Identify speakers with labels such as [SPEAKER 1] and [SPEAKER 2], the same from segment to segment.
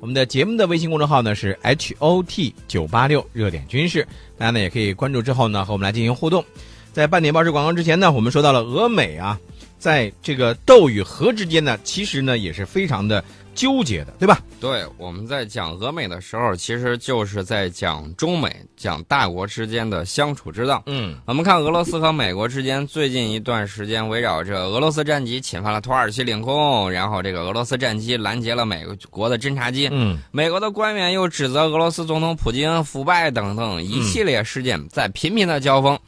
[SPEAKER 1] 我们的节目的微信公众号呢是 H O T 九八六热点军事，大家呢也可以关注之后呢和我们来进行互动。在半点报纸广告之前呢，我们说到了俄美啊，在这个斗与和之间呢，其实呢也是非常的纠结的，对吧？
[SPEAKER 2] 对，我们在讲俄美的时候，其实就是在讲中美，讲大国之间的相处之道。
[SPEAKER 1] 嗯，
[SPEAKER 2] 我们看俄罗斯和美国之间最近一段时间，围绕着俄罗斯战机侵犯了土耳其领空，然后这个俄罗斯战机拦截了美国的侦察机，
[SPEAKER 1] 嗯，
[SPEAKER 2] 美国的官员又指责俄罗斯总统普京腐败等等一系列事件，在频频的交锋。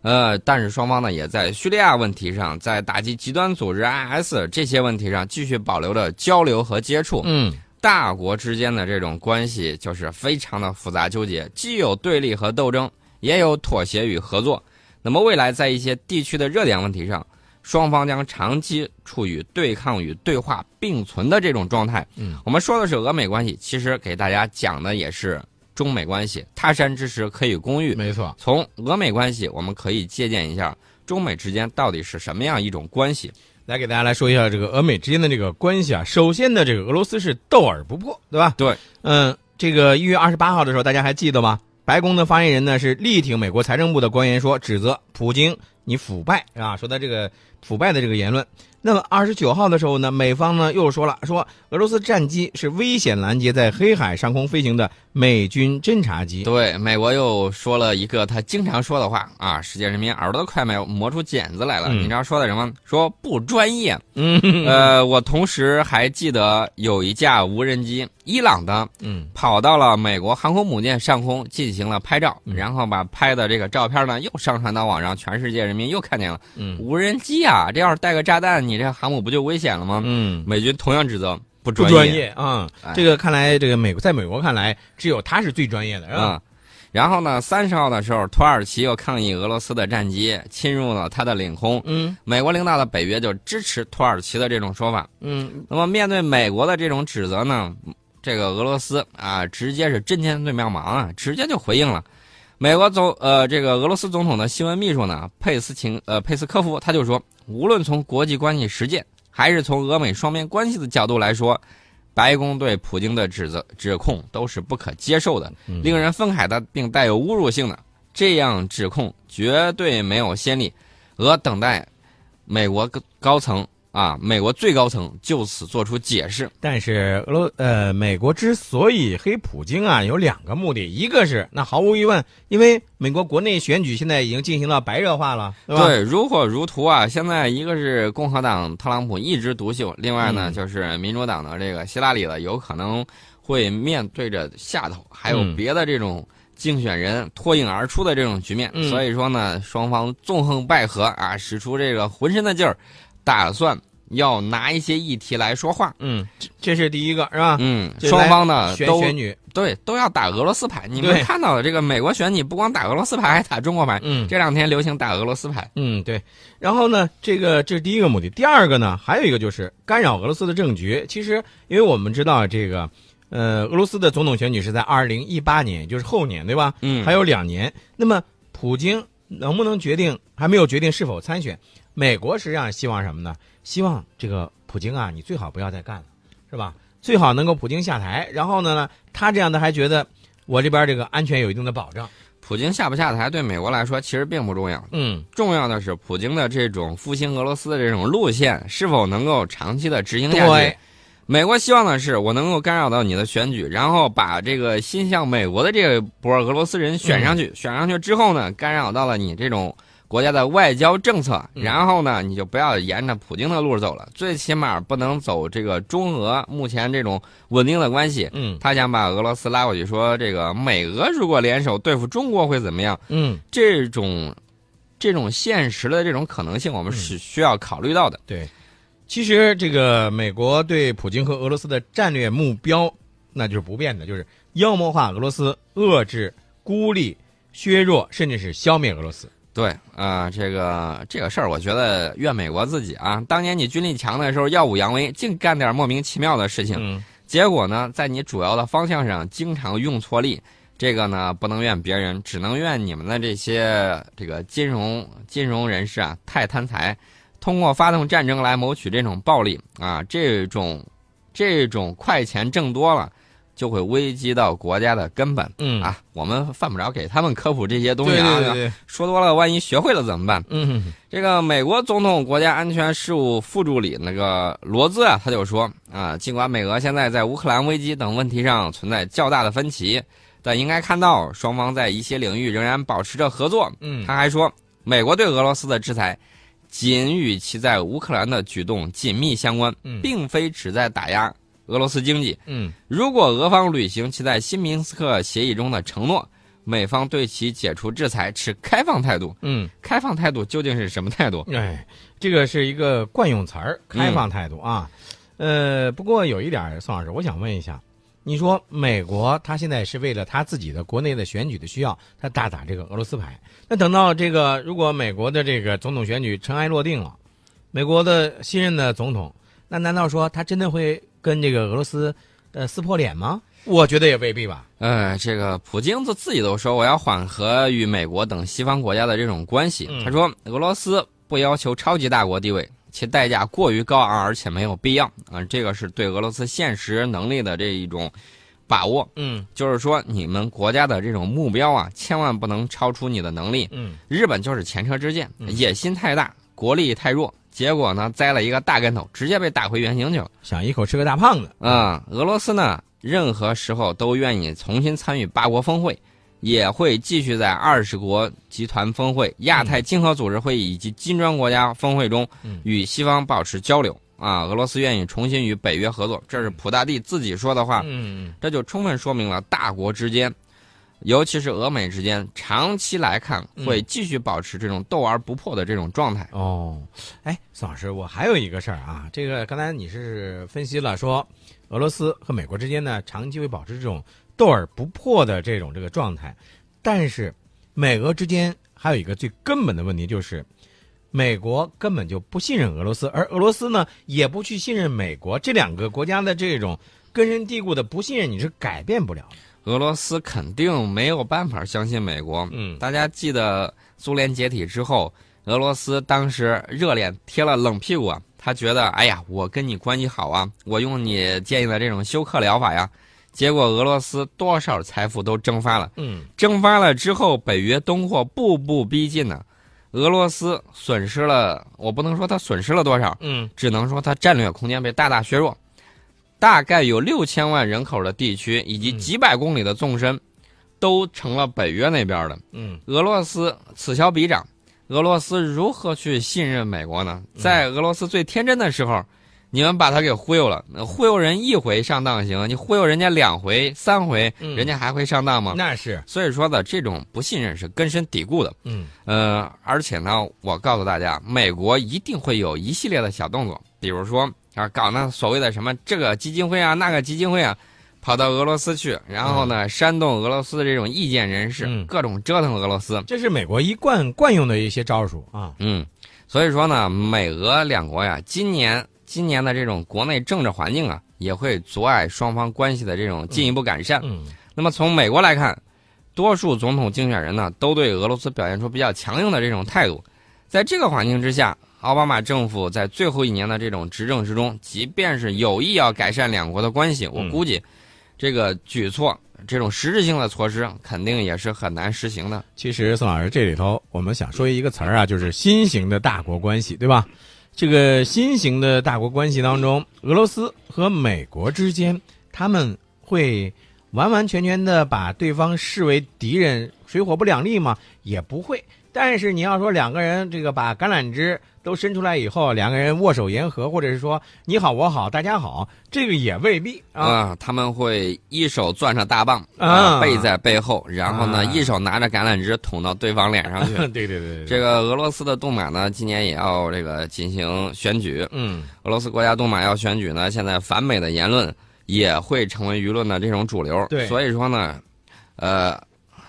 [SPEAKER 2] 呃，但是双方呢，也在叙利亚问题上，在打击极端组织 IS 这些问题上，继续保留着交流和接触。
[SPEAKER 1] 嗯，
[SPEAKER 2] 大国之间的这种关系就是非常的复杂纠结，既有对立和斗争，也有妥协与合作。那么未来在一些地区的热点问题上，双方将长期处于对抗与对话并存的这种状态。
[SPEAKER 1] 嗯，
[SPEAKER 2] 我们说的是俄美关系，其实给大家讲的也是中美关系。他山之石，可以攻玉。
[SPEAKER 1] 没错。
[SPEAKER 2] 从俄美关系，我们可以借鉴一下中美之间到底是什么样一种关系。
[SPEAKER 1] 来给大家来说一下这个俄美之间的这个关系啊。首先呢，这个俄罗斯是斗而不破，对吧？
[SPEAKER 2] 对，
[SPEAKER 1] 嗯，这个一月二十八号的时候，大家还记得吗？白宫的发言人呢是力挺美国财政部的官员说，指责普京你腐败啊，说他这个腐败的这个言论。那么二十九号的时候呢，美方呢又说了，说俄罗斯战机是危险拦截在黑海上空飞行的美军侦察机。
[SPEAKER 2] 对，美国又说了一个他经常说的话啊，世界人民耳朵都快磨磨出茧子来了。
[SPEAKER 1] 嗯
[SPEAKER 2] 你知道说的什么？说不专业。
[SPEAKER 1] 嗯
[SPEAKER 2] 呃，我同时还记得有一架无人机，伊朗的，
[SPEAKER 1] 嗯
[SPEAKER 2] 跑到了美国航空母舰上空进行了拍照，
[SPEAKER 1] 嗯
[SPEAKER 2] 然后把拍的这个照片呢又上传到网上，全世界人民又看见了。
[SPEAKER 1] 嗯
[SPEAKER 2] 无人机啊，这要是带个炸弹，你这航母不就危险了吗？
[SPEAKER 1] 嗯，
[SPEAKER 2] 美军同样指责不
[SPEAKER 1] 不
[SPEAKER 2] 专
[SPEAKER 1] 专业啊、
[SPEAKER 2] 哎
[SPEAKER 1] 这个看来，这个美国在美国看来，只有他是最专业的，是吧？
[SPEAKER 2] 啊、然后呢，三十号的时候，土耳其又抗议俄罗斯的战机侵入了它的领空。
[SPEAKER 1] 嗯
[SPEAKER 2] 美国领导的北约就支持土耳其的这种说法。
[SPEAKER 1] 嗯
[SPEAKER 2] 那么，面对美国的这种指责呢，这个俄罗斯啊，直接是针尖对麦芒啊，直接就回应了。美国总呃，这个俄罗斯总统的新闻秘书呢，佩斯琴呃佩斯科夫他就说，无论从国际关系实践，还是从俄美双边关系的角度来说，白宫对普京的指责指控都是不可接受的，
[SPEAKER 1] 嗯
[SPEAKER 2] 令人愤慨的，并带有侮辱性的。这样指控绝对没有先例。俄等待美国高高层啊，美国最高层就此做出解释。
[SPEAKER 1] 但是俄罗呃，美国之所以黑普京啊，有两个目的，一个是那毫无疑问，因为美国国内选举现在已经进行到白热化了，对吧？
[SPEAKER 2] 对，如火如荼啊！现在一个是共和党特朗普一枝独秀，另外呢、
[SPEAKER 1] 嗯
[SPEAKER 2] 就是民主党的这个希拉里呢，有可能会面对着下头，还有
[SPEAKER 1] 嗯
[SPEAKER 2] 别的这种竞选人脱颖而出的这种局面。
[SPEAKER 1] 嗯
[SPEAKER 2] 所以说呢，双方纵横捭阖啊，使出这个浑身的劲儿，打算要拿一些议题来说话。
[SPEAKER 1] 嗯，这这是第一个是吧？
[SPEAKER 2] 嗯，
[SPEAKER 1] 这
[SPEAKER 2] 双方呢
[SPEAKER 1] 啊选
[SPEAKER 2] 都
[SPEAKER 1] 选举，
[SPEAKER 2] 对都要打俄罗斯牌。你
[SPEAKER 1] 对
[SPEAKER 2] 们看到的这个美国选举，不光打俄罗斯牌，还打中国牌。
[SPEAKER 1] 嗯
[SPEAKER 2] 这两天流行打俄罗斯牌。
[SPEAKER 1] 嗯对。然后呢，这个这是第一个目的，第二个呢，还有一个就是干扰俄罗斯的政局。其实，因为我们知道这个，呃，俄罗斯的总统选举是在二零一八年，也就是后年，对吧？
[SPEAKER 2] 嗯，
[SPEAKER 1] 还有两年。那么普京能不能决定，还没有决定是否参选。美国实际上希望什么呢？希望这个普京啊，你最好不要再干了，是吧？最好能够普京下台，然后呢，他这样的还觉得我这边这个安全有一定的保障。
[SPEAKER 2] 普京下不下台对美国来说其实并不重要，
[SPEAKER 1] 嗯
[SPEAKER 2] 重要的是普京的这种复兴俄罗斯的这种路线是否能够长期的执行下去
[SPEAKER 1] 对。
[SPEAKER 2] 美国希望的是我能够干扰到你的选举，然后把这个心向美国的这波俄罗斯人选上去，
[SPEAKER 1] 嗯
[SPEAKER 2] 选上去之后呢，干扰到了你这种国家的外交政策，
[SPEAKER 1] 嗯
[SPEAKER 2] 然后呢，你就不要沿着普京的路走了，最起码不能走这个中俄目前这种稳定的关系。
[SPEAKER 1] 嗯
[SPEAKER 2] 他想把俄罗斯拉过去，说这个美俄如果联手对付中国会怎么样？
[SPEAKER 1] 嗯，
[SPEAKER 2] 这种这种现实的这种可能性，我们是需要考虑到的。
[SPEAKER 1] 对。其实这个美国对普京和俄罗斯的战略目标，那就是不变的，就是妖魔化俄罗斯，遏制、孤立、削弱，甚至是消灭俄罗斯。
[SPEAKER 2] 对，啊，这个这个事儿，我觉得怨美国自己啊。当年你军力强的时候耀武扬威，净干点莫名其妙的事情，
[SPEAKER 1] 嗯
[SPEAKER 2] 结果呢，在你主要的方向上经常用错力。这个呢，不能怨别人，只能怨你们的这些这个金融金融人士啊，太贪财，通过发动战争来谋取这种暴利啊，这种这种快钱挣多了，就会危及到国家的根本
[SPEAKER 1] 嗯，
[SPEAKER 2] 啊。我们犯不着给他们科普这些东
[SPEAKER 1] 对
[SPEAKER 2] 西
[SPEAKER 1] 对
[SPEAKER 2] 啊，
[SPEAKER 1] 对
[SPEAKER 2] 吧
[SPEAKER 1] 对，
[SPEAKER 2] 说多了万一学会了怎么办？
[SPEAKER 1] 嗯
[SPEAKER 2] 这个美国总统国家安全事务副助理那个罗兹啊，他就说啊，尽管美俄现在在乌克兰危机等问题上存在较大的分歧，但应该看到双方在一些领域仍然保持着合作。
[SPEAKER 1] 嗯，
[SPEAKER 2] 他还说，美国对俄罗斯的制裁仅与其在乌克兰的举动紧密相关，
[SPEAKER 1] 嗯
[SPEAKER 2] 并非旨在打压俄罗斯经济。
[SPEAKER 1] 嗯
[SPEAKER 2] 如果俄方履行其在新明斯克协议中的承诺，美方对其解除制裁持开放态度。
[SPEAKER 1] 嗯，
[SPEAKER 2] 开放态度究竟是什么态度？
[SPEAKER 1] 哎，这个是一个惯用词儿，开放态度啊。呃，不过有一点儿，宋老师，我想问一下，你说美国他现在是为了他自己的国内的选举的需要，他大打这个俄罗斯牌。那等到这个如果美国的这个总统选举尘埃落定了，美国的新任的总统，那难道说他真的会跟这个俄罗斯呃撕破脸吗？我觉得也未必吧。
[SPEAKER 2] 呃，这个普京自自己都说我要缓和与美国等西方国家的这种关系。
[SPEAKER 1] 嗯
[SPEAKER 2] 他说，俄罗斯不要求超级大国地位，其代价过于高昂，而且没有必要。啊、这个是对俄罗斯现实能力的这一种把握。
[SPEAKER 1] 嗯
[SPEAKER 2] 就是说，你们国家的这种目标啊，千万不能超出你的能力。
[SPEAKER 1] 嗯
[SPEAKER 2] 日本就是前车之鉴，
[SPEAKER 1] 嗯
[SPEAKER 2] 野心太大，国力太弱，结果呢栽了一个大跟头，直接被打回原形去了。
[SPEAKER 1] 想一口吃个大胖子。
[SPEAKER 2] 啊、俄罗斯呢，任何时候都愿意重新参与八国峰会，也会继续在二十国集团峰会、亚太经合组织会议以及金砖国家峰会中
[SPEAKER 1] 嗯
[SPEAKER 2] 与西方保持交流。啊，俄罗斯愿意重新与北约合作，这是普大帝自己说的话，
[SPEAKER 1] 嗯
[SPEAKER 2] 这就充分说明了大国之间，尤其是俄美之间，长期来看
[SPEAKER 1] 嗯
[SPEAKER 2] 会继续保持这种斗而不破的这种状态。
[SPEAKER 1] 哦，哎，宋老师，我还有一个事儿啊，这个刚才你是分析了说，俄罗斯和美国之间呢长期会保持这种斗而不破的这种这个状态，但是美俄之间还有一个最根本的问题就是，美国根本就不信任俄罗斯，而俄罗斯呢也不去信任美国，这两个国家的这种根深蒂固的不信任你是改变不了的。
[SPEAKER 2] 俄罗斯肯定没有办法相信美国，
[SPEAKER 1] 嗯
[SPEAKER 2] 大家记得苏联解体之后，俄罗斯当时热脸贴了冷屁股啊，他觉得，哎呀，我跟你关系好啊，我用你建议的这种休克疗法呀。结果俄罗斯多少财富都蒸发了，
[SPEAKER 1] 嗯
[SPEAKER 2] 蒸发了之后，北约东扩步步逼近呢。俄罗斯损失了，我不能说它损失了多少，
[SPEAKER 1] 嗯
[SPEAKER 2] 只能说它战略空间被大大削弱。大概有六千万人口的地区以及
[SPEAKER 1] 嗯
[SPEAKER 2] 几百公里的纵深，都成了北约那边的。
[SPEAKER 1] 嗯
[SPEAKER 2] 俄罗斯此消彼长，俄罗斯如何去信任美国呢？
[SPEAKER 1] 嗯
[SPEAKER 2] 在俄罗斯最天真的时候，你们把他给忽悠了，呃忽悠人一回上当行，你忽悠人家两回、三回，
[SPEAKER 1] 嗯
[SPEAKER 2] 人家还会上当吗？
[SPEAKER 1] 那是
[SPEAKER 2] 所以说呢，这种不信任是根深蒂固的。
[SPEAKER 1] 嗯
[SPEAKER 2] 呃，而且呢，我告诉大家，美国一定会有一系列的小动作，比如说啊，搞那所谓的什么这个基金会啊，那个基金会啊，跑到俄罗斯去，然后呢，煽动俄罗斯的这种意见人士，
[SPEAKER 1] 嗯
[SPEAKER 2] 各种折腾俄罗斯。
[SPEAKER 1] 这是美国一贯惯用的一些招数啊。
[SPEAKER 2] 嗯，所以说呢，美俄两国呀，今年今年的这种国内政治环境啊，也会阻碍双方关系的这种进一步改善。
[SPEAKER 1] 嗯
[SPEAKER 2] 那么从美国来看，多数总统竞选人呢都对俄罗斯表现出比较强硬的这种态度。在这个环境之下，奥巴马政府在最后一年的这种执政之中，即便是有意要改善两国的关系，我
[SPEAKER 1] 嗯
[SPEAKER 2] 估计这个举措、这种实质性的措施，肯定也是很难实行的。
[SPEAKER 1] 其实宋老师这里头，我们想说一个词儿啊，就是新型的大国关系，对吧？这个新型的大国关系当中，俄罗斯和美国之间，他们会完完全全的把对方视为敌人，水火不两立吗？也不会。但是你要说两个人这个把橄榄枝都伸出来以后，两个人握手言和，或者是说你好我好大家好，这个也未必啊。
[SPEAKER 2] 啊、他们会一手攥着大棒
[SPEAKER 1] 啊
[SPEAKER 2] 背在背后，然后呢，
[SPEAKER 1] 啊
[SPEAKER 2] 一手拿着橄榄枝捅到对方 脸上去。
[SPEAKER 1] 对对对对，对
[SPEAKER 2] 这个俄罗斯的杜马呢，今年也要这个进行选举。
[SPEAKER 1] 嗯
[SPEAKER 2] 俄罗斯国家杜马要选举呢，现在反美的言论也会成为舆论的这种主流。
[SPEAKER 1] 对
[SPEAKER 2] 所以说呢，呃，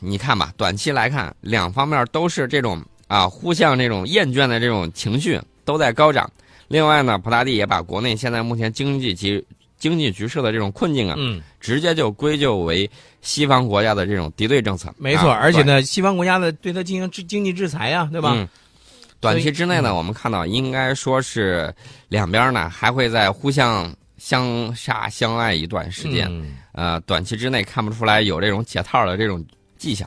[SPEAKER 2] 你看吧，短期来看，两方面都是这种啊，互相这种厌倦的这种情绪都在高涨。另外呢，普拉蒂也把国内现在目前经济局经济局势的这种困境啊，
[SPEAKER 1] 嗯。
[SPEAKER 2] 直接就归咎为西方国家的这种敌对政策。
[SPEAKER 1] 没错，
[SPEAKER 2] 啊
[SPEAKER 1] 而且，呢，西方国家的对他进行制经济制裁呀、对
[SPEAKER 2] 对
[SPEAKER 1] 吧？
[SPEAKER 2] 嗯短
[SPEAKER 1] 所嗯
[SPEAKER 2] 期之内呢，我们看到应该说是两边呢还会在互相相杀相爱一段时间，
[SPEAKER 1] 嗯
[SPEAKER 2] 呃，短期之内看不出来有这种解套的这种迹象。